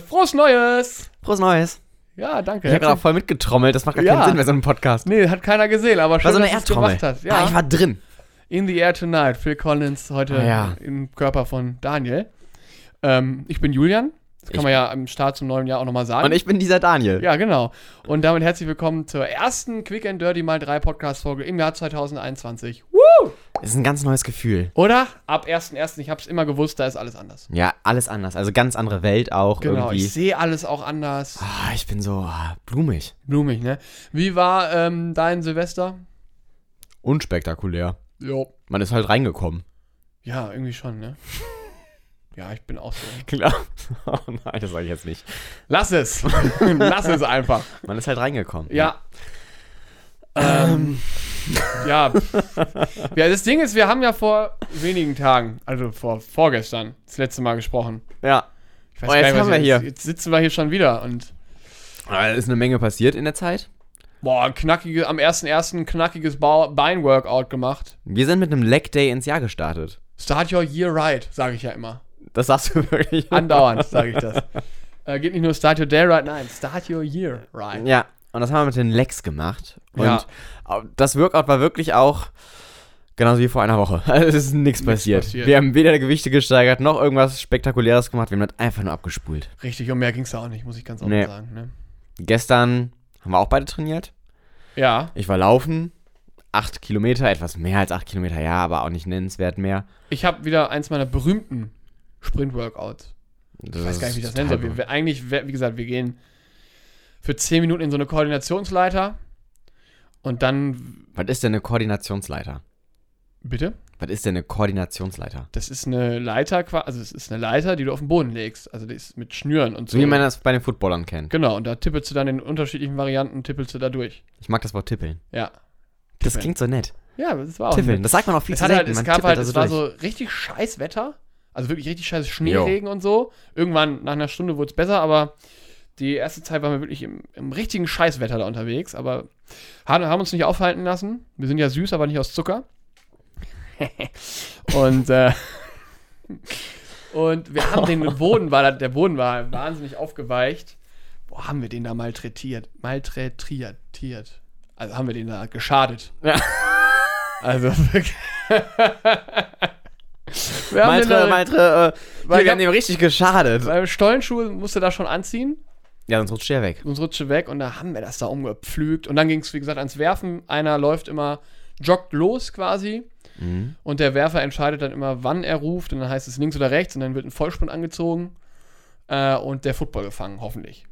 Frohes Neues! Frohes Neues. Ja, danke. Ich habe gerade auch voll mitgetrommelt. Das macht gar keinen Ja. Sinn bei so einem Podcast. Nee, hat keiner gesehen, aber War schön, so eine dass du es Erdtrommel. gemacht hast. Ah, ich war drin. In the Air Tonight, Phil Collins heute Ah, ja. im Körper von Daniel. Ähm, ich bin Julian, das kann Ich- man ja am Start zum neuen Jahr auch nochmal sagen. Und ich bin dieser Daniel. ja, genau. Und damit herzlich willkommen zur ersten Quick and Dirty mal 3 Podcast-Folge im Jahr 2021. Woo! Das ist ein ganz neues Gefühl. Oder? Ab 1.1., ich habe es immer gewusst, da ist alles anders. Ja, alles anders. Also ganz andere Welt auch Genau, ich irgendwie. sehe alles auch anders. Ah, ich bin so ah, blumig. Blumig, ne? Wie war ähm, dein Silvester? Unspektakulär. Jo. Man ist halt reingekommen. Ja, irgendwie schon, ne? Ja, ich bin auch so. Klar. Oh nein, das sage ich jetzt nicht. Lass es! Lass es einfach. Man ist halt reingekommen. Ja. Ähm. Ja. ja, das Ding ist, wir haben ja vor wenigen Tagen, also vor vorgestern, das letzte Mal gesprochen. Ja. Ich Oh, jetzt was haben wir jetzt, hier. jetzt sitzen wir hier schon wieder und Ah, Ist eine Menge passiert in der Zeit. boah, knackige, am 1.1. ein knackiges Bau- Bein-Workout gemacht. Wir sind mit einem Leg Day ins Jahr gestartet. Start your year right, sage ich ja immer. Das sagst du wirklich. Andauernd sage ich das. Äh, geht nicht nur Start Your Day Right, nein, Start Your Year Right. Ja, und das haben wir mit den Legs gemacht. Und Ja. au- das Workout war wirklich auch genauso wie vor einer Woche. Also es ist nichts passiert. passiert. Wir haben weder Gewichte gesteigert noch irgendwas Spektakuläres gemacht. Wir haben das einfach nur abgespult. Richtig, und mehr ging es da auch nicht, muss ich ganz offen Nee. sagen. Ne? Gestern haben wir auch beide trainiert. Ja, Ich war laufen. Acht Kilometer, etwas mehr als acht Kilometer, ja, aber auch nicht nennenswert mehr. ich habe wieder eins meiner berühmten Sprint-Workouts. Das Ich weiß gar nicht, wie ich ist das nennen soll. Wir, total wir, eigentlich, wir- wie gesagt, wir gehen für 10 Minuten in so eine Koordinationsleiter und dann, Was ist denn eine Koordinationsleiter? bitte, Was ist denn eine Koordinationsleiter? das ist eine Leiter, qua- also es ist eine Leiter, die du auf den Boden legst. Also die ist mit Schnüren und so. So wie man das bei den Footballern kennt. genau, und da tippelst du dann in unterschiedlichen Varianten, tippelst du da durch. Ich mag das Wort tippeln. Ja. Das Tippeln. klingt so nett. Ja, das war auch Tippeln, das sagt man auch viel Es, zu hat halt, selten. es Man gab tippelt halt, da es war durch. so richtig scheiß Wetter. Also wirklich richtig scheiß Schneeregen und so. Irgendwann nach einer Stunde wurde es besser, aber die erste Zeit waren wir wirklich im, im richtigen Scheißwetter da unterwegs. Aber haben, haben uns nicht aufhalten lassen. Wir sind ja süß, aber nicht aus Zucker. und äh, und wir haben den Boden, war, da- der Boden war wahnsinnig aufgeweicht. Boah, haben wir den da malträtiert. Malträtiert. tiert. Also haben wir den da geschadet. Ja. Also wirklich. wir haben den Maitre, da, Weil Maitre, äh, hier, ich wir hab- haben ihm richtig geschadet. weil Stollenschuhe musste da schon anziehen, Ja, sonst rutscht er weg. sonst rutsche weg und da haben wir das da umgepflügt. Und dann ging es, wie gesagt, ans Werfen. Einer läuft immer, joggt los quasi. Mhm. Und der Werfer entscheidet dann immer, wann er ruft. Und dann heißt es links oder rechts. Und dann wird ein Vollsprint angezogen. Äh, und der Football gefangen, hoffentlich.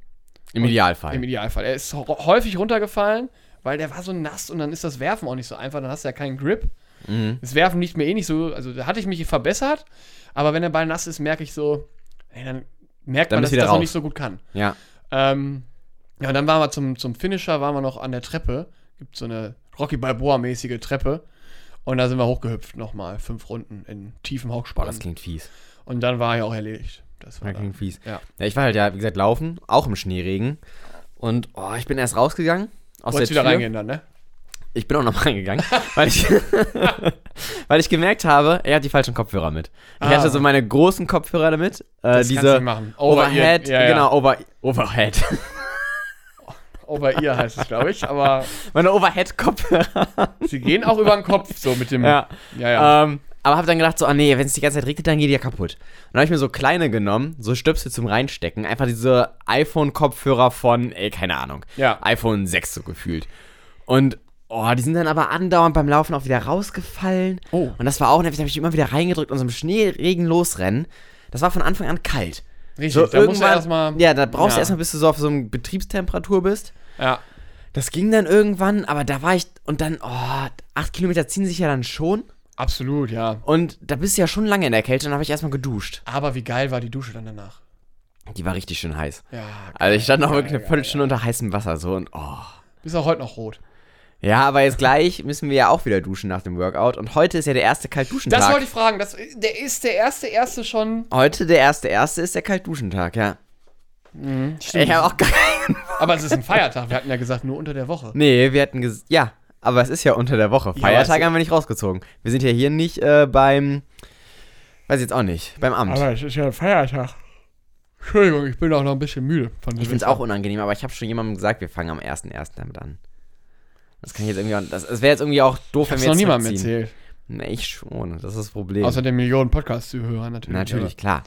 Im Idealfall. Im Idealfall. Er ist ho- häufig runtergefallen, weil der war so nass. Und dann ist das Werfen auch nicht so einfach. Dann hast du ja keinen Grip. mhm. Das Werfen liegt mir eh nicht so, also da hatte ich mich verbessert, aber wenn der Ball nass ist, merke ich so, ey, dann merkt Dann man, dass bist du ich wieder das noch raus. nicht so gut kann. Ja. Ähm, ja, und dann waren wir zum, zum Finisher, waren wir noch an der Treppe, gibt so eine Rocky Balboa-mäßige Treppe und da sind wir hochgehüpft nochmal, fünf Runden in tiefem Boah, das Hochspannen klingt fies. und dann war ja auch erledigt. Das war Das dann. klingt fies. Ja. Ja, ich war halt ja, wie gesagt, laufen, auch im Schneeregen. Und oh, ich bin erst rausgegangen. Aus Wolltest wieder der Tür. Äh, reingehen dann, ne? Ich bin auch noch mal reingegangen, weil ich, weil ich gemerkt habe, er hat die falschen Kopfhörer mit. Ich Ah. hatte so meine großen Kopfhörer damit. Äh, Das kannst du diese nicht machen. Overhead, ja, ja. genau, Over, Overhead. Over ear heißt es, glaube ich, aber meine Overhead-Kopfhörer. sie gehen auch über den Kopf, so mit dem, Ja. ja, ja. Ähm, aber habe dann gedacht, so, ah nee, wenn es die ganze Zeit regnet, dann geht die ja kaputt. Und dann habe ich mir so kleine genommen, so Stöpsel zum Reinstecken. Einfach diese iPhone-Kopfhörer von, ey, keine Ahnung, Ja. iPhone 6 so gefühlt. Und, oh, die sind dann aber andauernd beim Laufen auch wieder rausgefallen. Oh. Und das war auch nervig, da habe ich immer wieder reingedrückt und so im Schneeregen losrennen. Das war von Anfang an kalt. Richtig, So, da musst du irgendwann- erstmal, Ja, da brauchst ja. du erstmal, bis du so auf so einer Betriebstemperatur bist. ja. Das ging dann irgendwann, aber da war ich, und dann, oh, acht Kilometer ziehen sich ja dann schon. Absolut, ja. Und da bist du ja schon lange in der Kälte und habe ich erstmal geduscht. Aber wie geil war die Dusche dann danach? Die war richtig schön heiß. Ja. Also ich stand noch wirklich eine Viertelstunde unter heißem Wasser so und oh. Bist auch heute noch rot. Ja, aber jetzt gleich müssen wir ja auch wieder duschen nach dem Workout und heute ist ja der erste Kaltduschentag. Das wollte ich fragen. Das, der ist der erste, erste schon. heute der erste erste ist der Kaltduschentag, ja. Ich habe auch gar Aber es ist ein Feiertag. Wir hatten ja gesagt, nur unter der Woche. Nee, wir hatten ges ja, Aber es ist ja unter der Woche. Ja, Feiertag es- haben wir nicht rausgezogen. Wir sind ja hier nicht äh, beim. Weiß ich jetzt auch nicht. Beim Amt. Aber es ist ja ein Feiertag. Entschuldigung, ich bin auch noch ein bisschen müde. Von ich finde es auch unangenehm, aber ich habe schon jemandem gesagt, wir fangen am 1.1. damit an. Das kann ich jetzt irgendwie. auch- Das, das wäre jetzt irgendwie auch doof, Ich wenn hab's wir noch jetzt. niemandem zurückziehen. erzählt. Nee, ich schon. Das ist das Problem. Außer den Millionen Podcast-Zuhörer natürlich. Natürlich, klar.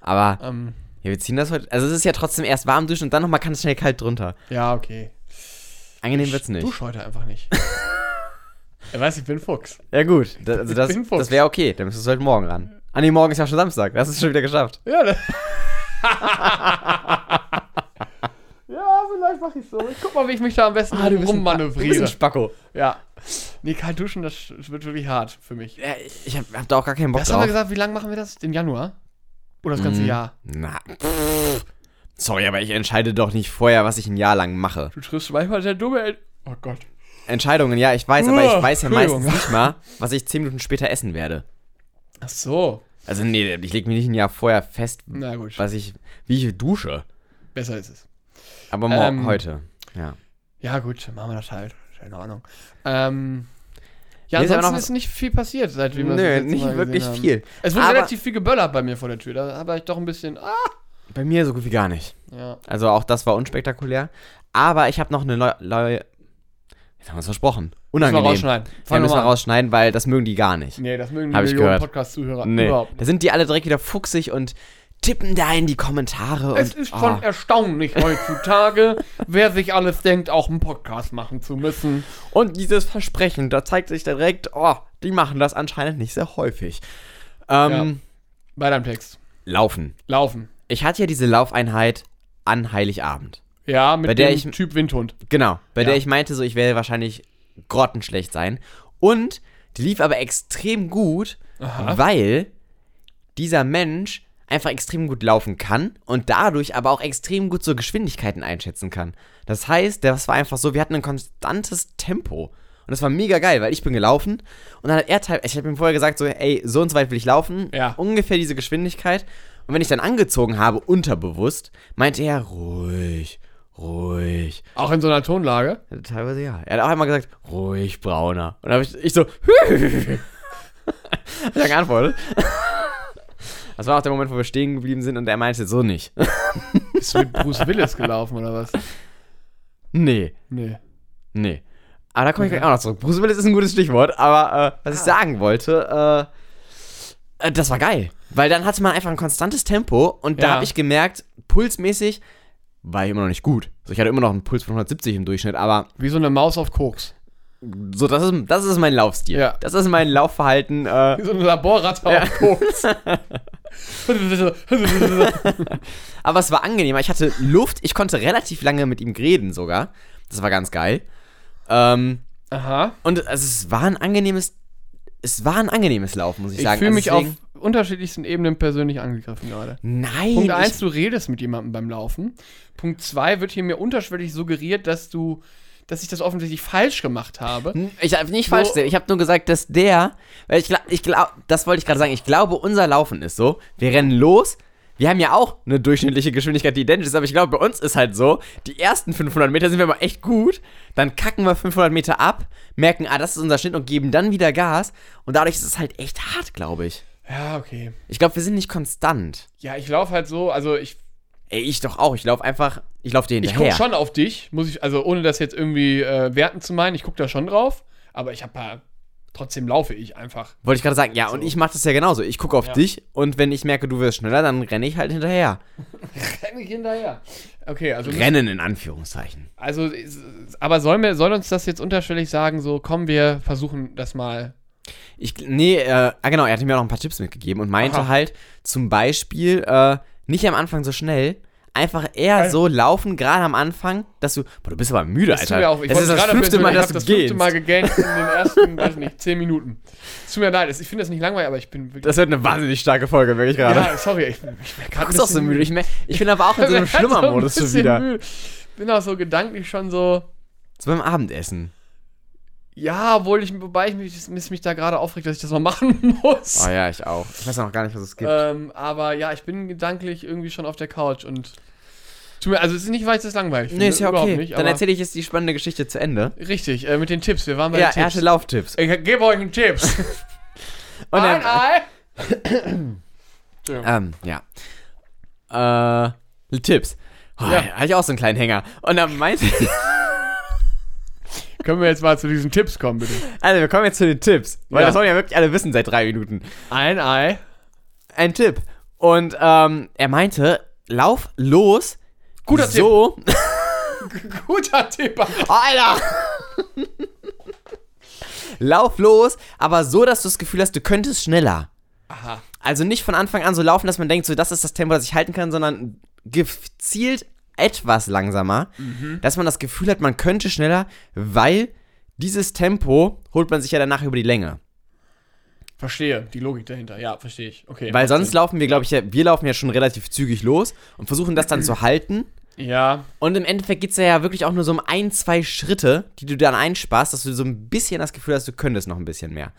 Aber Aber, ähm, ja, wir ziehen das heute. Also, es ist ja trotzdem erst warm duschen und dann nochmal ganz schnell kalt drunter. ja, okay. Angenehm wird's nicht. Dusch heute einfach nicht. er weiß, ich bin Fuchs. Ja, gut. Da, also das bin Fuchs. das wäre okay. Dann müsstest du heute Morgen ran. Ah, nee, morgen ist ja schon Samstag. Das ist schon wieder geschafft. Ja, ne? ja vielleicht mache ich so. Ich guck mal, wie ich mich da am besten Ah, Du bist ein rummanövriere. Spacko. Ja. Nee, kalt duschen, das wird wirklich hart für mich. Ja, ich hab, hab da auch gar keinen Bock Das haben wir drauf. gesagt, wie lange machen wir das? Den Januar? Oder das ganze Mhm. Jahr? Na, pff. Sorry, aber ich entscheide doch nicht vorher, was ich ein Jahr lang mache. Du triffst manchmal sehr dumme Ent Oh Gott. Entscheidungen, ja, ich weiß, aber Uah, ich weiß ja meistens Entschuldigung. nicht mal, was ich zehn Minuten später essen werde. Ach so. Also nee, ich lege mir nicht ein Jahr vorher fest, Na gut, was ich, wie ich dusche. besser ist es. Aber morgen, Ähm. heute. Ja. Ja gut, dann machen wir das halt. Ist ja in Ordnung. Ähm, ja, Mir ist aber ansonsten noch ist, nicht viel passiert, seit wir das Nö, letzte nicht Mal wirklich gesehen haben. viel. Es wurde Aber- relativ viel geböllert bei mir vor der Tür. Da habe ich doch ein bisschen... Ah, Bei mir so gut wie gar nicht. ja. Also auch das war unspektakulär. Aber ich habe noch eine neue... Leu Jetzt haben wir es versprochen. Müssen wir Unangenehm. Müssen wir rausschneiden. ja, Fang müssen wir nochmal an. rausschneiden, weil das mögen die gar nicht. Nee, das mögen Hab die ich Millionen gehört. Podcast-Zuhörer Nee. überhaupt nicht. Da sind die alle direkt wieder fuchsig und tippen da in die Kommentare. Es und, ist schon Ah. erstaunlich heutzutage, wer sich alles denkt, auch einen Podcast machen zu müssen. Und dieses Versprechen, da zeigt sich direkt, oh, die machen das anscheinend nicht sehr häufig. Ähm, Bei deinem Text. Laufen. Laufen. Ich hatte ja diese Laufeinheit an Heiligabend. Ja, mit Bei der dem ich- Typ Windhund. Genau, bei Ja. der ich meinte, so ich werde wahrscheinlich grottenschlecht sein. Und die lief aber extrem gut, weil dieser Mensch einfach extrem gut laufen kann und dadurch aber auch extrem gut so Geschwindigkeiten einschätzen kann. Das heißt, das war einfach so, wir hatten ein konstantes Tempo. Und das war mega geil, weil ich bin gelaufen und dann hat er teil- ich habe ihm vorher gesagt, so, ey, so und so weit will ich laufen, Ja. ungefähr diese Geschwindigkeit. Und wenn ich dann angezogen habe, unterbewusst, meinte er, ruhig, ruhig. Auch in so einer Tonlage. Teilweise ja. Er hat auch einmal gesagt, ruhig brauner. Und dann habe ich, ich so, hab dann geantwortet. Das war auch der Moment, wo wir stehen geblieben sind und er meinte so nicht. Bist du mit Bruce Willis gelaufen oder was? Nee, Nee. nee. Aber da komme ich gleich auch noch zurück. Bruce Willis ist ein gutes Stichwort, aber äh, was ich Ah. sagen wollte, äh, äh, das war geil. Weil dann hatte man einfach ein konstantes Tempo und da Ja. habe ich gemerkt, pulsmäßig war ich immer noch nicht gut. Also ich hatte immer noch einen Puls von 170 im Durchschnitt, aber Wie so eine Maus auf Koks. so, das ist, das ist mein Laufstil. Ja. Das ist mein Laufverhalten. Äh, Wie so eine Laborratte auf Koks. Aber es war angenehmer. Ich hatte Luft. Ich konnte relativ lange mit ihm reden sogar. Das war ganz geil. Ähm, Aha. und also es war ein angenehmes, es war ein angenehmes Lauf, muss ich, Ich sagen. fühle Also mich auf deswegen- unterschiedlichsten Ebenen persönlich angegriffen gerade. Nein. Punkt ich- 1, du redest mit jemandem beim Laufen. Punkt 2 wird hier mir unterschwellig suggeriert, dass du, dass ich das offensichtlich falsch gemacht habe. Ich habe nicht falsch So- gesehen. Ich habe nur gesagt, dass der, weil ich glaube, ich glaub, das wollte ich gerade sagen. Ich glaube, unser Laufen ist so. Wir rennen los. Wir haben ja auch eine durchschnittliche Geschwindigkeit, die identisch ist, aber ich glaube, bei uns ist halt so, die ersten 500 Meter sind wir mal echt gut, dann kacken wir 500 Meter ab, merken, ah, das ist unser Schnitt und geben dann wieder Gas und dadurch ist es halt echt hart, glaube ich. Ja, okay. Ich glaube, wir sind nicht konstant. Ja, ich laufe halt so, also ich, Ey, ich doch auch, ich laufe einfach, ich laufe dir ich gucke hinterher. schon auf dich, muss ich, also ohne das jetzt irgendwie äh, werten zu meinen, ich gucke da schon drauf, aber ich habe ja, trotzdem laufe ich einfach. Wollte ich gerade sagen, ja, und ich mache das ja genauso. Ich gucke auf Ja. dich und wenn ich merke, du wirst schneller, dann renne ich halt hinterher. Renne ich hinterher. Okay, also, Rennen in Anführungszeichen. also es- es- aber soll, mir, soll uns das jetzt unterschwellig sagen, so, komm, wir versuchen das mal. Ich, nee, äh, ah genau, er hatte mir auch noch ein paar Tipps mitgegeben und meinte Aha. halt zum Beispiel, äh, nicht am Anfang so schnell, einfach eher Geil. so laufen, gerade am Anfang, dass du, boah, du bist aber müde, Es tut Alter. mir auch- ich das wollte ist das gerade fünfte persönlich- Mal, ich dass hab du das gehst. fünfte Mal gegankt in den ersten, weiß nicht, zehn Minuten. Es tut mir leid, es- ich finde das nicht langweilig, aber ich bin wirklich. Das wird eine wahnsinnig starke Folge, wirklich gerade. Ja, sorry, ich, ich bin du gerade bist doch so müde. Ich, mer- ich bin aber auch in so einem Ich werd so ein Schlummermodus schon bisschen wieder. müde. Bin auch so gedanklich schon so, So beim Abendessen. ja, obwohl ich, wobei ich mich, mich, mich da gerade aufregt, dass ich das mal machen muss. Oh ja, ich auch. Äh, Ich weiß noch gar nicht, was es gibt. ähm, aber ja, ich bin gedanklich irgendwie schon auf der Couch und Tut mir- Also es ist nicht, weil ich das langweilig finde. Nee, ist ja überhaupt okay. Nicht, Dann aber erzähle ich jetzt die spannende Geschichte zu Ende. Richtig, äh, mit den Tipps. Wir waren bei ja, den er hatte Tipps. Lauftipps. Ich gebe euch einen Tipps. Und ein er, Ei. ähm, ja. Äh, Tipps. Oh, Ja. Hatte ich auch so einen kleinen Hänger. Und dann also meinte Können wir jetzt mal zu diesen Tipps kommen, bitte? Also, wir kommen jetzt zu den Tipps. Weil Ja. das wollen ja wirklich alle wissen seit drei Minuten. Ein Ei. Ein Tipp. Und ähm, er meinte, lauf los. Guter so. Tipp. Guter Tipp. Oh, Alter! lauf los, aber so, dass du das Gefühl hast, du könntest schneller. Aha. Also nicht von Anfang an so laufen, dass man denkt, so das ist das Tempo, das ich halten kann, sondern gezielt etwas langsamer, Mhm. dass man das Gefühl hat, man könnte schneller, weil dieses Tempo holt man sich ja danach über die Länge. Verstehe die Logik dahinter. Ja, verstehe ich. Okay. Weil macht sonst Sinn. laufen wir, glaube ich, ja, wir laufen ja schon relativ zügig los und versuchen das dann zu halten. Ja, Und im Endeffekt geht es ja wirklich auch nur so um ein, zwei Schritte, die du dann einsparst, dass du so ein bisschen das Gefühl hast, du könntest noch ein bisschen mehr.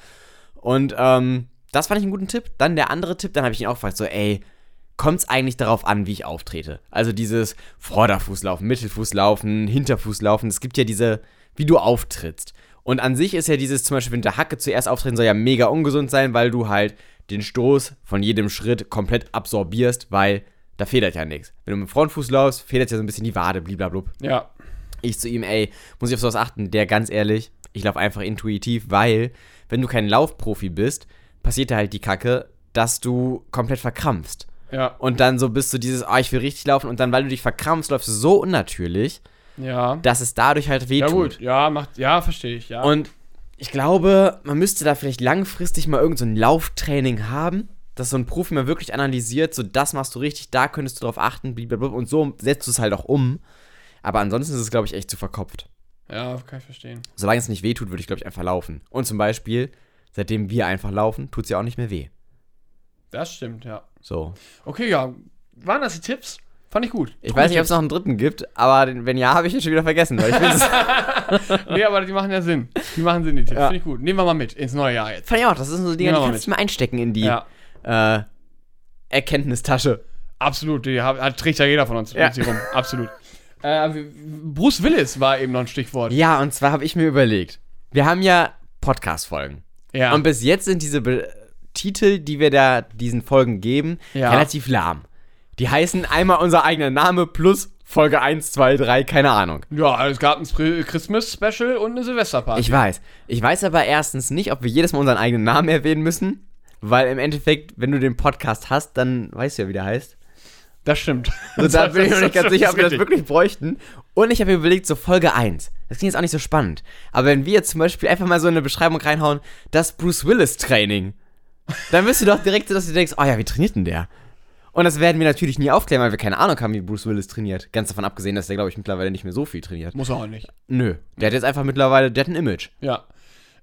Und ähm, das fand ich einen guten Tipp. Dann der andere Tipp, dann habe ich ihn auch gefragt, so, ey, kommt es eigentlich darauf an, wie ich auftrete? Also dieses Vorderfußlaufen, Mittelfußlaufen, Hinterfußlaufen, es gibt ja diese, wie du auftrittst. Und an sich ist ja dieses, zum Beispiel, wenn der Hacke zuerst auftreten soll, ja mega ungesund sein, weil du halt den Stoß von jedem Schritt komplett absorbierst, weil da federt ja nichts. Wenn du mit dem Frontfuß laufst, federt ja so ein bisschen die Wade, blablabla. ja. Ich zu ihm, ey, muss ich auf sowas achten? Der, ganz ehrlich, ich laufe einfach intuitiv, weil, wenn du kein Laufprofi bist, passiert da halt die Kacke, dass du komplett verkrampfst. Ja. Und dann so bist du dieses, ah, ich will richtig laufen. Und dann, weil du dich verkrampfst, läufst du so unnatürlich, Ja. dass es dadurch halt Ja, wehtut. gut. Ja, macht. Ja, verstehe ich. Ja. Und ich glaube, man müsste da vielleicht langfristig mal irgend so ein Lauftraining haben, dass so ein Profi mal wirklich analysiert, so das machst du richtig, da könntest du drauf achten, blablabla. Und so setzt du es halt auch um. Aber ansonsten ist es, glaube ich, echt zu verkopft. ja, kann ich verstehen. Solange es nicht wehtut, würde ich, glaube ich, einfach laufen. Und zum Beispiel, seitdem wir einfach laufen, tut es ja auch nicht mehr weh. Das stimmt, ja. So. Okay, ja. Waren das die Tipps? Fand ich gut. Ich weiß nicht, ob es noch einen dritten gibt, aber den, wenn ja, habe ich ihn schon wieder vergessen. Weil ich find's- Nee, aber die machen ja Sinn. Die machen Sinn, die Tipps. Ja. Finde ich gut. Nehmen wir mal mit ins neue Jahr jetzt. fand ich auch, das sind so Dinge, Ja, die mach kannst du mal einstecken in die Ja. äh, Erkenntnistasche. Absolut, die hab- hat, trägt ja jeder von uns Ja. mit sich rum. Absolut. Äh, Bruce Willis war eben noch ein Stichwort. Ja, und zwar habe ich mir überlegt, wir haben ja Podcast-Folgen. Ja. Und bis jetzt sind diese Be Titel, die wir da diesen Folgen geben, Ja. relativ lahm. Die heißen einmal unser eigener Name plus Folge 1, 2, 3, keine Ahnung. ja, es gab ein Spri- Christmas-Special und eine Silvesterparty. Ich weiß. Ich weiß aber erstens nicht, ob wir jedes Mal unseren eigenen Namen erwähnen müssen, weil im Endeffekt, wenn du den Podcast hast, dann weißt du ja, wie der heißt. das stimmt. So, da bin ich mir Das- nicht ganz das- sicher, das ob wir das ist richtig. wirklich bräuchten. Und ich habe mir überlegt, so Folge 1. Das klingt jetzt auch nicht so spannend. Aber wenn wir jetzt zum Beispiel einfach mal so eine Beschreibung reinhauen, das Bruce Willis Training, dann wirst du doch direkt so, dass du denkst, oh ja, wie trainiert denn der? Und das werden wir natürlich nie aufklären, weil wir keine Ahnung haben, wie Bruce Willis trainiert. Ganz davon abgesehen, dass der, glaube ich, mittlerweile nicht mehr so viel trainiert. Muss er auch nicht. Nö, der hat jetzt einfach mittlerweile, der hat ein Image. Ja.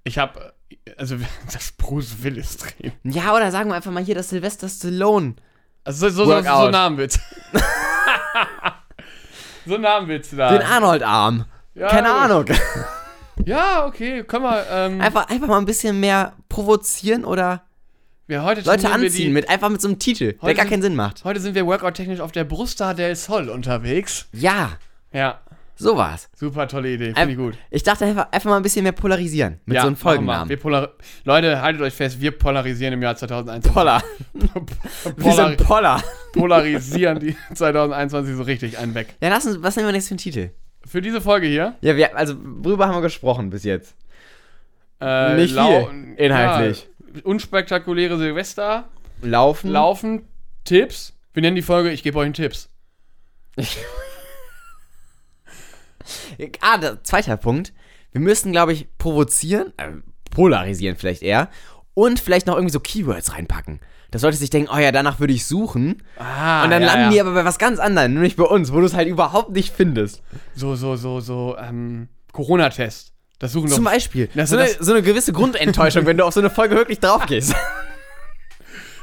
Ich habe, also das Bruce Willis-Training. Ja, oder sagen wir einfach mal hier das Sylvester Stallone. Also so, so, so, so Workout. Namenwitz. so Namenwitz da. Den Arnold-Arm. Ja, Keine gut. Ahnung. Ja, okay, können wir, ähm, Einfach, einfach mal ein bisschen mehr provozieren oder wir heute Leute trainieren wir anziehen. die- mit, einfach mit so einem Titel, der Heute gar sind- keinen Sinn macht. Heute sind wir workout-technisch auf der Brusta del Sol unterwegs. Ja, Ja, sowas. super tolle Idee, finde ich gut. Ich dachte einfach, einfach mal ein bisschen mehr polarisieren mit ja, so einem machen Wir Folgennamen. Wir polar Leute, haltet euch fest, wir polarisieren im Jahr 2021. Poller. Wir Polar sind Poller. polarisieren die 2021 so richtig einen weg. Ja, lass uns, was nehmen wir nächstes für einen Titel? Für diese Folge hier. Ja, wir, also, worüber haben wir gesprochen bis jetzt? Äh, Nicht lau- viel, inhaltlich. Hm. Ja, unspektakuläre Silvester, Laufen. Laufen, Tipps. Wir nennen die Folge, ich gebe euch einen Tipps. Ah, der, zweiter Punkt. Wir müssen, glaube ich, provozieren, äh, polarisieren vielleicht eher, und vielleicht noch irgendwie so Keywords reinpacken. Das sollte sich denken, oh ja, danach würde ich suchen. Ah, und dann ja, landen ja. die aber bei was ganz anderem, nämlich bei uns, wo du es halt überhaupt nicht findest. So, so, so, so, ähm, Corona-Test. Das suchen Zum doch. Beispiel. Also Das- so, eine, das- so eine gewisse Grundenttäuschung, wenn du auf so eine Folge wirklich draufgehst.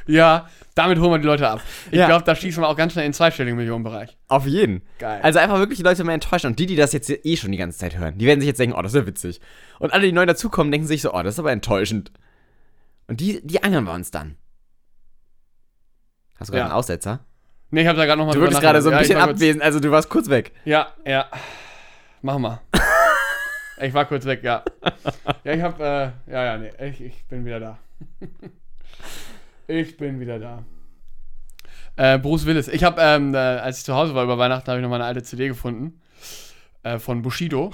Ja, damit holen wir die Leute ab. Ich Ja. glaube, da schießen wir auch ganz schnell in den zweistelligen Millionenbereich. auf jeden. Geil. Also einfach wirklich die Leute mal enttäuschen. Und die, die das jetzt eh schon die ganze Zeit hören, die werden sich jetzt denken, oh, das ist ja witzig. Und alle, die neu dazukommen, denken sich so, oh, das ist aber enttäuschend. Und die, die angeln wir uns dann. Hast du gerade Ja. einen Aussetzer? Nee, ich habe da gerade nochmal Du wirkst gerade so ein bisschen abwesend, also du warst kurz weg. Ja, ja. Machen wir. ich war kurz weg, ja. Ja, ich hab, äh, ja, ja, nee, ich, ich bin wieder da. ich bin wieder da. Äh, Bruce Willis. Ich habe, ähm, äh, als ich zu Hause war über Weihnachten, habe ich noch mal eine alte CD gefunden. Äh, von Bushido.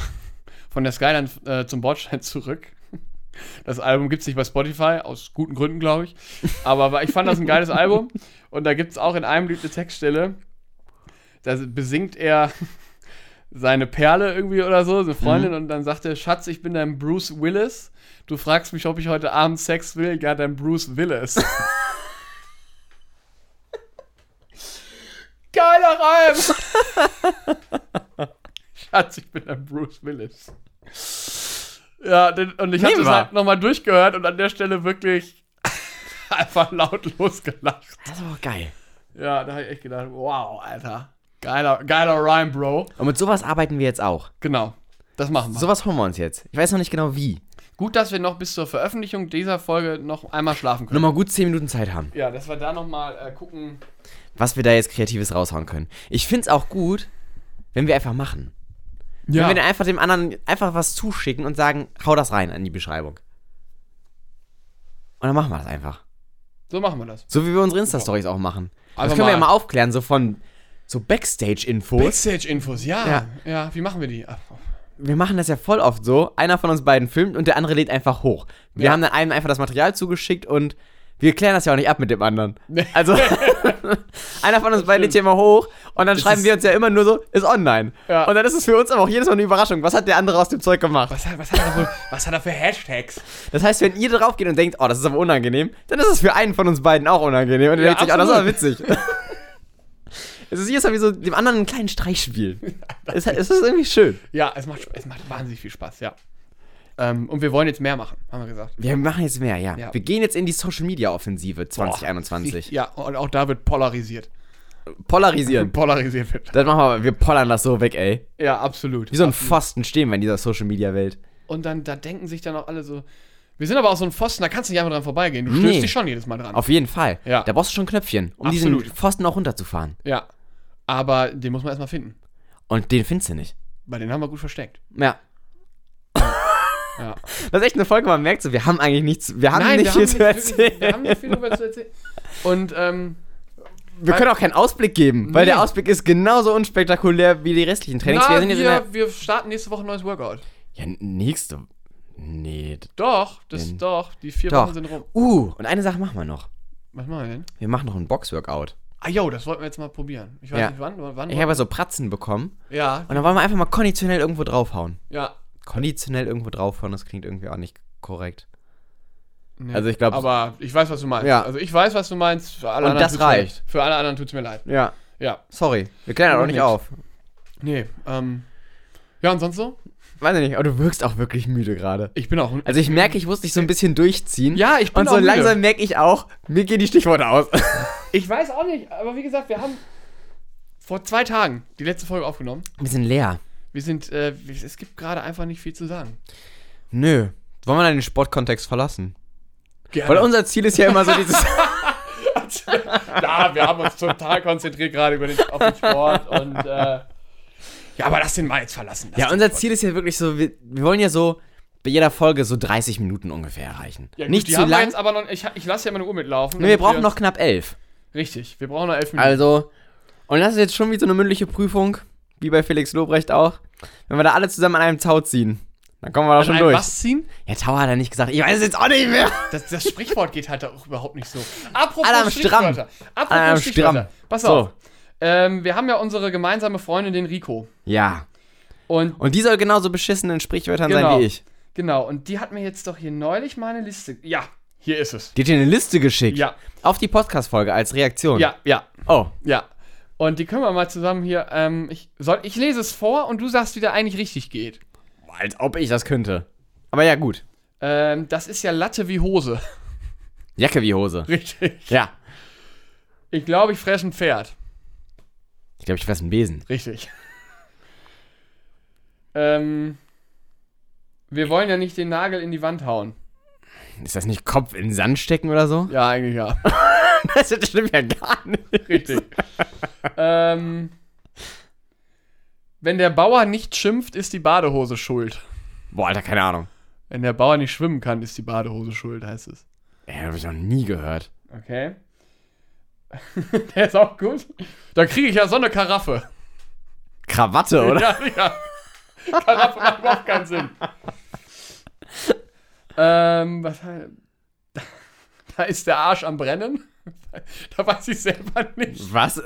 Von der Skyline äh, zum Bordstein zurück. Das Album gibt es nicht bei Spotify, aus guten Gründen, glaube ich. Aber wa- ich fand das ein geiles Album. Und da gibt es auch in einem Lied eine Textstelle. Da besingt er seine Perle irgendwie oder so, seine Freundin, Mhm. und dann sagt er: Schatz, ich bin dein Bruce Willis. Du fragst mich, ob ich heute Abend Sex will. Ja, dein Bruce Willis. Geiler Reim! Schatz, ich bin ein Bruce Willis. Ja, den, und ich habe Nehmen das wir. halt nochmal durchgehört und an der Stelle wirklich einfach laut losgelacht. Das ist aber auch geil. Ja, da habe ich echt gedacht, wow, Alter. Geiler, geiler Rhyme, Bro. Und mit sowas arbeiten wir jetzt auch. Genau, das machen wir. Sowas holen wir uns jetzt. Ich weiß noch nicht genau wie. Gut, dass wir noch bis zur Veröffentlichung dieser Folge noch einmal schlafen können. Nochmal gut 10 Minuten Zeit haben, Ja, dass wir da nochmal äh, gucken. was wir da jetzt Kreatives raushauen können. Ich find's auch gut, wenn wir einfach machen. Ja, Wenn wir einfach dem anderen einfach was zuschicken und sagen, hau das rein in die Beschreibung. Und dann machen wir das einfach. so machen wir das. So wie wir unsere Insta-Stories auch machen. Das Einfach können wir ja mal- mal aufklären, so von so Backstage-Infos. Backstage-Infos, ja. ja. Ja. wie machen wir die? Ach, Wir machen das ja voll oft so. Einer von uns beiden filmt und der andere lädt einfach hoch. Wir Ja. haben dann einem einfach das Material zugeschickt und wir klären das ja auch nicht ab mit dem anderen. Also, einer von uns beiden lädt hier immer hoch und dann schreiben ist- wir uns ja immer nur so, ist online. Ja. Und dann ist es für uns aber auch jedes Mal eine Überraschung. Was hat der andere aus dem Zeug gemacht? Was hat, was, hat er wohl, was hat er für Hashtags? Das heißt, wenn ihr drauf geht und denkt, oh, das ist aber unangenehm, dann ist es für einen von uns beiden auch unangenehm. Und der Ja, denkt sich, oh, das ist aber absolut. witzig. es ist jedes Mal wie so dem anderen einen kleinen Streich spielen. es, es ist irgendwie schön. Ja, es macht, es macht wahnsinnig viel Spaß, ja. Ähm, und wir wollen jetzt mehr machen, haben wir gesagt. Wir machen jetzt mehr, ja. Ja. Wir gehen jetzt in die Social Media Offensive Ich- 2021. Ja, und auch da wird polarisiert. Polarisieren. Polarisiert wird. Das machen wir, aber. wir pollern das so weg, ey. Ja, absolut. Wie so ein Pfosten stehen wir in dieser Social Media Welt. Und dann da denken sich dann auch alle so. Wir sind aber auch so ein Pfosten, da kannst du nicht einfach dran vorbeigehen. Du Nee. stößt dich schon jedes Mal dran. Auf jeden Fall. Ja. Da brauchst du schon Knöpfchen, um Absolut. diesen Pfosten auch runterzufahren. Ja. Aber den muss man erstmal finden. Und den findest du nicht. Weil den haben wir gut versteckt. Ja. Ja. Das ist echt eine Folge, man merkt so, wir haben eigentlich nichts, wir haben nicht viel zu wirklich- erzählen. Wir haben nicht viel darüber zu erzählen. Und ähm, Wir können auch keinen Ausblick geben, weil Nee. der Ausblick ist genauso unspektakulär wie die restlichen Trainings. na, wir wir, sind jetzt wir, starten nächste Woche ein neues Workout. in der. Ja, nächste. Nee. d- Doch, das Wenn- doch. Die vier Doch. Wochen sind rum. Uh, und eine Sache machen wir noch. Was machen wir denn? Wir machen noch ein Boxworkout. Ah jo, das wollten wir jetzt mal probieren. Ich weiß Ja. nicht wann, wann. wann Ich habe ja so Pratzen bekommen. ja, Und dann wollen wir einfach mal konditionell irgendwo draufhauen. ja. Konditionell irgendwo draufhauen, das klingt irgendwie auch nicht korrekt. Nee. Also ich glaub- Aber ich weiß, was du meinst. Ja. Also ich weiß, was du meinst. Für alle Und anderen das tut's mir- reicht. Für alle anderen tut es mir leid. Ja. Ja. Sorry. Wir klären das auch Macht nicht nix. auf. Nee, ähm. Ja, und sonst so? Weiß ich nicht, aber du wirkst auch wirklich müde gerade. Ich bin auch. Also ich merke, ich muss dich so ein bisschen durchziehen. ja, ich bin Und auch so müde. langsam merke ich auch, mir gehen die Stichworte aus. Ich weiß auch nicht, aber wie gesagt, wir haben vor zwei Tagen die letzte Folge aufgenommen. Wir sind leer. Wir sind, äh, es gibt gerade einfach nicht viel zu sagen. Nö. Wollen wir dann den Sportkontext verlassen? Gerne. Weil unser Ziel ist ja immer so dieses. ja, wir haben uns total konzentriert gerade über den, auf den Sport und äh, ja, aber lass den mal jetzt verlassen. Lass ja, den unser Sport. Ziel ist ja wirklich so, wir, wir wollen ja so bei jeder Folge so 30 Minuten ungefähr erreichen. Ja, gut, nicht die zu haben wir lang. Jetzt aber noch, ich ich lasse ja meine Uhr mitlaufen. Nö, wir damit brauchen noch knapp elf. Richtig, wir brauchen noch elf Minuten. Also, und das ist jetzt schon wie so eine mündliche Prüfung, wie bei Felix Lobrecht auch. Wenn wir da alle zusammen an einem Tau ziehen, dann kommen wir da schon An durch. einem was ziehen? Ja, Tau hat er nicht gesagt. Ich weiß es jetzt auch nicht mehr. Das, das Sprichwort geht halt auch überhaupt nicht so. Apropos Alle am Stramm. Stichwörter. Apropos Alle am Stichwörter. Stramm. Pass So. auf. Ähm, wir haben ja unsere gemeinsame Freundin, den Rico. Ja. Und Und die soll genauso beschissen in Sprichwörtern Genau. sein wie ich. genau, und die hat mir jetzt doch hier neulich meine Liste. Ja, hier ist es. Die hat dir eine Liste geschickt. Ja. Auf die Podcast-Folge als Reaktion. Ja, ja, Oh. ja. Und die können wir mal zusammen hier. Ähm, ich, soll, ich lese es vor und du sagst, wie der eigentlich richtig geht. Als ob ich das könnte. Aber ja, gut. Ähm, das ist ja Latte wie Hose. Jacke wie Hose. Richtig. Ja. Ich glaube, ich fresse ein Pferd. Ich glaube, ich fresse einen Besen. Richtig. ähm, wir wollen ja nicht den Nagel in die Wand hauen. Ist das nicht Kopf in den Sand stecken oder so? Ja, eigentlich ja. das ist schlimm ja gar nicht. Richtig. ähm, wenn der Bauer nicht schimpft, ist die Badehose schuld. Boah, Alter, keine Ahnung. Wenn der Bauer nicht schwimmen kann, ist die Badehose schuld, heißt es. Ey, hab ich noch nie gehört. Okay. der ist auch gut. Da kriege ich ja so eine Karaffe. Krawatte, oder? Ja, ja. Karaffe macht überhaupt keinen Sinn. ähm, was halt. Da ist der Arsch am Brennen. Da weiß ich selber nicht. Was?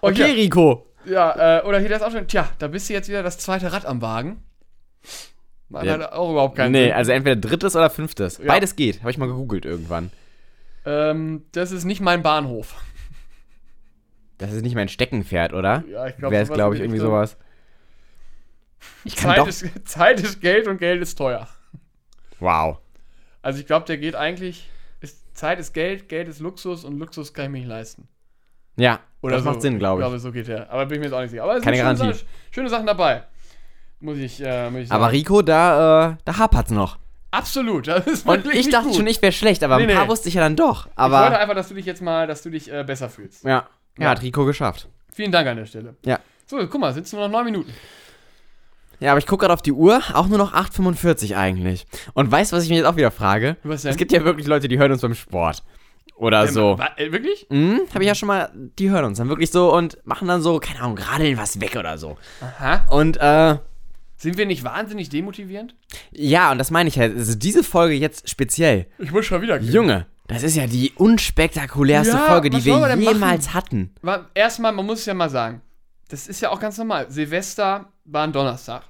Und Okay, Rico. hier- ja, äh, oder hier, der ist auch schon. Tja, da bist du jetzt wieder das zweite Rad am Wagen. Man Ja. hat auch überhaupt keinen nee, Sinn. also entweder drittes oder fünftes. Beides geht. Habe ich mal gegoogelt irgendwann. Ähm, das ist nicht mein Bahnhof. Das ist nicht mein Steckenpferd, oder? Ja, ich glaub, Wäre es, sowas glaube ich, in die irgendwie Richtung. sowas. Ich kann Zeit doch. ist, Zeit ist Geld und Geld ist teuer. Wow. Also ich glaube, der geht eigentlich. Ist, Zeit ist Geld, Geld ist Luxus und Luxus kann ich mir nicht leisten. Ja, Oder das so. macht Sinn, glaube ich. glaube, so geht der. Aber bin ich mir jetzt auch nicht sicher. Aber es Keine sind schöne Garantie. Sachen- Schöne Sachen dabei. Muss ich, äh, muss ich Aber sagen. Rico, da, äh, da hapert's noch. absolut, das ist Und wirklich ich nicht dachte gut. schon, ich wäre schlecht, aber Nee, ein paar nee. wusste ich ja dann doch. ich wollte Aber. einfach, dass du dich jetzt mal, dass du dich äh, besser fühlst. Ja. Ja. Ja, hat Rico geschafft. Vielen Dank an der Stelle. Ja. So, guck mal, sind es nur noch neun Minuten. Ja, aber ich gucke gerade auf die Uhr, auch nur noch 8,45 eigentlich. Und weißt du, was ich mich jetzt auch wieder frage? Was denn? Es gibt ja wirklich Leute, die hören uns beim Sport. Oder so. Wa- äh, wirklich? Hm, hab ich ja schon mal, die hören uns dann wirklich so und machen dann so, keine Ahnung, radeln was weg oder so. Aha. Und äh, Sind wir nicht wahnsinnig demotivierend? ja, und das meine ich halt, also diese Folge jetzt speziell. Ich muss schon wieder gehen. Junge, das ist ja die unspektakulärste Ja, Folge, was die wollen wir wir denn jemals hatten. Wa- Erstmal, man muss es ja mal sagen. Das ist ja auch ganz normal. Silvester war ein Donnerstag.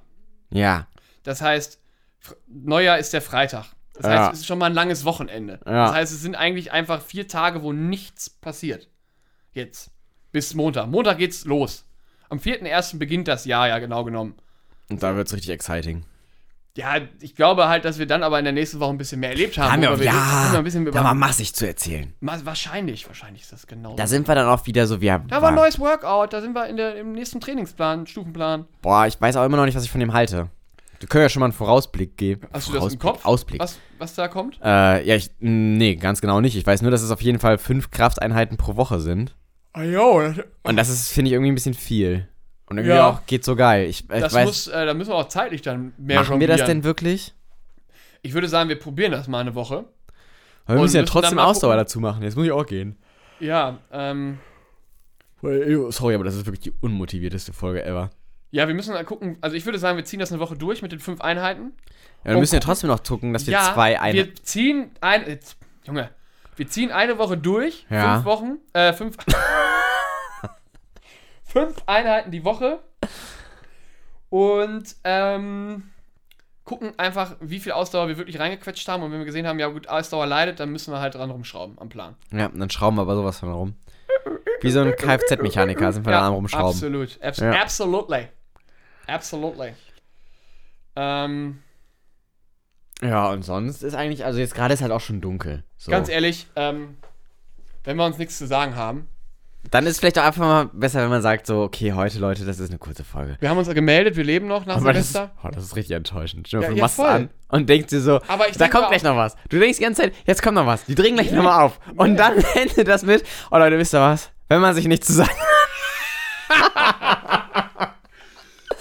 Ja, Das heißt, Fr- Neujahr ist der Freitag. Das Ja. heißt, es ist schon mal ein langes Wochenende. Ja. Das heißt, es sind eigentlich einfach vier Tage, wo nichts passiert. Jetzt. Bis Montag. Montag geht's los. Am 4.1. beginnt das Jahr, ja, genau genommen. und da wird's richtig exciting. Ja, ich glaube halt, dass wir dann aber in der nächsten Woche ein bisschen mehr erlebt haben. Haben wir, worüber wir reden. Können ja, wir ein bisschen da war über, massig zu erzählen. Ma- wahrscheinlich, wahrscheinlich ist das genau. Da so. sind wir dann auch wieder so, wir haben. da war ein neues Workout, da sind wir in der, im nächsten Trainingsplan, Stufenplan. Boah, ich weiß auch immer noch nicht, was ich von dem halte. Du können ja schon mal einen Vorausblick geben. Hast du das im Vorausblick, Kopf? Ausblick. Was, was da kommt? Äh, ja, ich, mh, nee, ganz genau nicht. Ich weiß nur, dass es auf jeden Fall fünf Krafteinheiten pro Woche sind. Ah, jo, das, Und das ist, finde ich, irgendwie ein bisschen viel. Und irgendwie Ja. auch geht so geil. Ich, ich das weiß, muss, äh, da müssen wir auch zeitlich dann mehr machen wir das jonglieren. denn wirklich? Ich würde sagen, wir probieren das mal eine Woche. Aber wir Und müssen ja müssen dann trotzdem mal Ausdauer gucken. dazu machen. Jetzt muss ich auch gehen. Ja, ähm, Sorry, aber das ist wirklich die unmotivierteste Folge ever. ja, wir müssen mal gucken. Also ich würde sagen, wir ziehen das eine Woche durch mit den fünf Einheiten. Ja, wir Und müssen ja gucken. trotzdem noch gucken, dass wir Oh ja, zwei ein. wir ziehen ein, jetzt, Junge, wir ziehen eine Woche durch. Ja. Fünf Wochen, äh, fünf, fünf Einheiten die Woche und ähm, gucken einfach, wie viel Ausdauer wir wirklich reingequetscht haben. Und wenn wir gesehen haben, ja gut, Ausdauer leidet, dann müssen wir halt dran rumschrauben am Plan. Ja, dann schrauben wir aber sowas von rum. Wie so ein Kfz-Mechaniker sind wir da am rumschrauben. Absolut. Abs Ja. Absolutely. Absolutely. Ähm, Ja, und sonst ist eigentlich, also jetzt gerade ist halt auch schon dunkel. So. Ganz ehrlich, ähm, wenn wir uns nichts zu sagen haben. Dann ist vielleicht auch einfach mal besser, wenn man sagt so, okay, heute Leute, das ist eine kurze Folge. Wir haben uns gemeldet, wir leben noch nach das ist, Silvester. oh, das ist richtig enttäuschend. Stell Ja, dir vor, ja, du machst voll. es an und denkst dir so, Aber ich da denk mir kommt gleich auch- noch was. Du denkst die ganze Zeit, jetzt kommt noch was. Die drehen gleich nochmal auf. Und dann endet das mit, oh Leute, wisst ihr was? Wenn man sich nichts zu sagen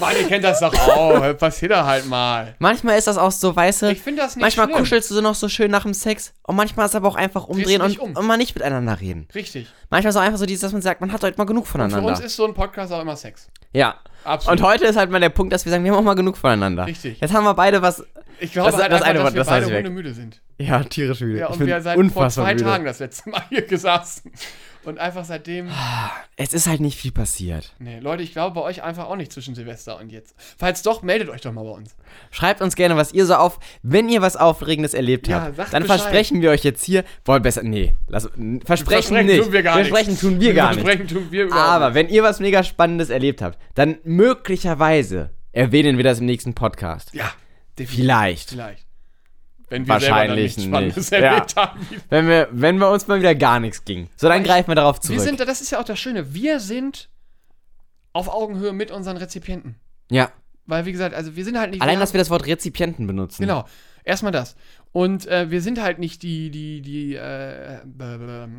Mann, ihr kennt das doch auch. Passiert da halt mal. Manchmal ist das auch so, weißt du, Ich finde das nicht manchmal schlimm. kuschelst du so noch so schön nach dem Sex und manchmal ist aber auch einfach umdrehen dich und, um. und mal nicht miteinander reden. Richtig. Manchmal ist auch einfach so dieses, dass man sagt, man hat heute mal genug Für voneinander. uns ist so ein Podcast auch immer Sex. ja. Absolut. Und heute ist halt mal der Punkt, dass wir sagen, wir haben auch mal genug voneinander. Richtig. Jetzt haben wir beide was. ich glaube das- halt das einfach, eine dass Wort, wir das beide lass ich weg. hundemüde sind. Ja, tierisch müde. Ja, ich und bin wir seit vor unfassbar zwei müde. Tagen das letzte Mal hier gesessen. Und einfach seitdem. Es ist halt nicht viel passiert. Nee, Leute, ich glaube bei euch einfach auch nicht zwischen Silvester und jetzt. Falls doch, meldet euch doch mal bei uns. Schreibt uns gerne, was ihr so auf, wenn ihr was Aufregendes erlebt Ja, habt. sagt Dann Bescheid. versprechen wir euch jetzt hier, wollen besser, nee, lass, n- versprechen, Versprechen nicht. tun wir gar nicht. versprechen tun wir gar nicht. Versprechen tun wir überhaupt Aber wenn ihr was mega Spannendes erlebt habt, dann möglicherweise erwähnen wir das im nächsten Podcast. Ja, definitiv. Vielleicht. Vielleicht. Wenn wir Wahrscheinlich selber dann nichts Spannendes nicht. erlebt Ja. haben. Wenn, wir, wenn bei uns mal wieder gar nichts ging. So, dann ich- greifen wir darauf Wir zurück. sind, das ist ja auch das Schöne, wir sind auf Augenhöhe mit unseren Rezipienten. ja. Weil, wie gesagt, also wir sind halt nicht. Allein, wir dass wir das Wort Rezipienten benutzen. Genau. Erstmal das. Und äh, wir sind halt nicht die, die, die äh,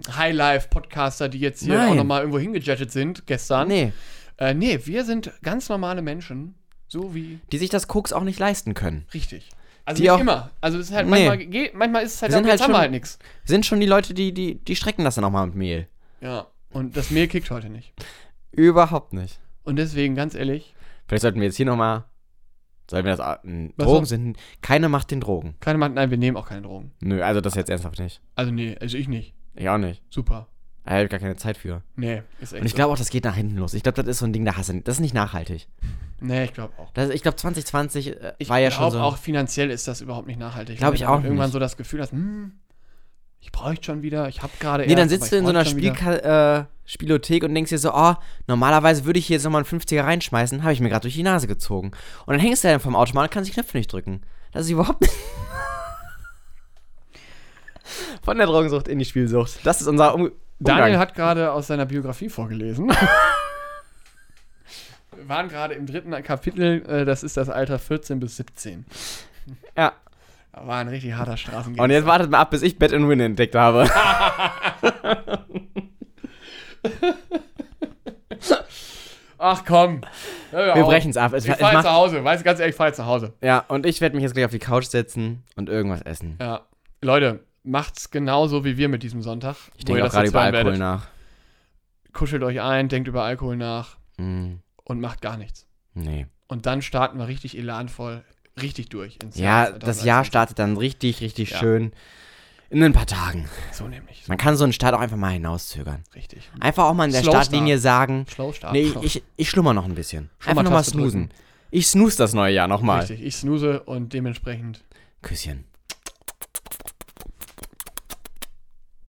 Highlife-Podcaster, die jetzt hier Nein. auch nochmal irgendwo hingejettet sind gestern. Ah, Nee, Äh, nee, wir sind ganz normale Menschen, so wie die sich das Koks auch nicht leisten können. richtig. Also Die nicht auch- immer. Also es ist halt Nee. manchmal, geht, manchmal ist es halt, Wir sind jetzt halt haben wir schon- halt nichts. Sind schon die Leute, die, die, die strecken das dann auch mal mit Mehl. Ja. Und das Mehl kickt heute nicht. Überhaupt nicht. Und deswegen, ganz ehrlich, Vielleicht sollten wir jetzt hier nochmal. Sollten wir das. ah, m, Was Drogen sonst? sind. Keine macht den Drogen. keine Mann, nein, wir nehmen auch keine Drogen. Nö, also das jetzt ernsthaft nicht. Also nee, also ich nicht. Ich auch nicht. Super. Ich habe gar keine Zeit für. Nee, ist echt. Und ich so. glaube auch, das geht nach hinten los. Ich glaube, das ist so ein Ding, da hast du, das ist nicht nachhaltig. nee, ich glaube auch. Das, ich glaube, 2020 äh, Ich war ja schon glaube so. auch finanziell ist das überhaupt nicht nachhaltig. Glaub Wenn ich du auch dann Irgendwann nicht. so das Gefühl hast, hm, ich bräuchte schon wieder, ich habe gerade. nee, erst, dann sitzt aber du ich in so einer bräuchte schon wieder. Spielka äh, Spielothek und denkst dir so, oh, normalerweise würde ich hier jetzt nochmal einen 50er reinschmeißen, habe ich mir gerade durch die Nase gezogen. Und dann hängst du dann vom Automaten und kannst die Knöpfe nicht drücken. Das ist überhaupt nicht. Von der Drogensucht in die Spielsucht. Das ist unser um Daniel Umgang. hat gerade aus seiner Biografie vorgelesen. Wir waren gerade im dritten Kapitel, äh, das ist das Alter 14 bis 17. Ja. Da war ein richtig harter Straßengang. Und jetzt wartet mal ab, bis ich Bed and Win entdeckt habe. Ach komm. Hör mir Wir auf. brechen es ab. Es, oh. Ich es fahre macht, zu Hause, weiß ganz ehrlich, ich fahre zu Hause. ja, und ich werde mich jetzt gleich auf die Couch setzen und irgendwas essen. Ja. Leute, macht's genauso wie wir mit diesem Sonntag. Ich denke auch gerade über Alkohol nach. Kuschelt euch ein, denkt über Alkohol nach Mm, und macht gar nichts. nee. Und dann starten wir richtig elanvoll, richtig durch ins Ja, das Jahr 2023. startet dann richtig, richtig ne? Ja. schön in ein paar Tagen. So nämlich. Man kann so einen Start auch einfach mal hinauszögern. Richtig. Einfach auch mal in der Slow Startlinie sagen, Slow starten. Hm. nee, ich, ich schlummer noch ein bisschen. Schlummertaste einfach nochmal snoosen. Ich snooze das neue Jahr nochmal. Richtig, ich snooze und dementsprechend Küsschen.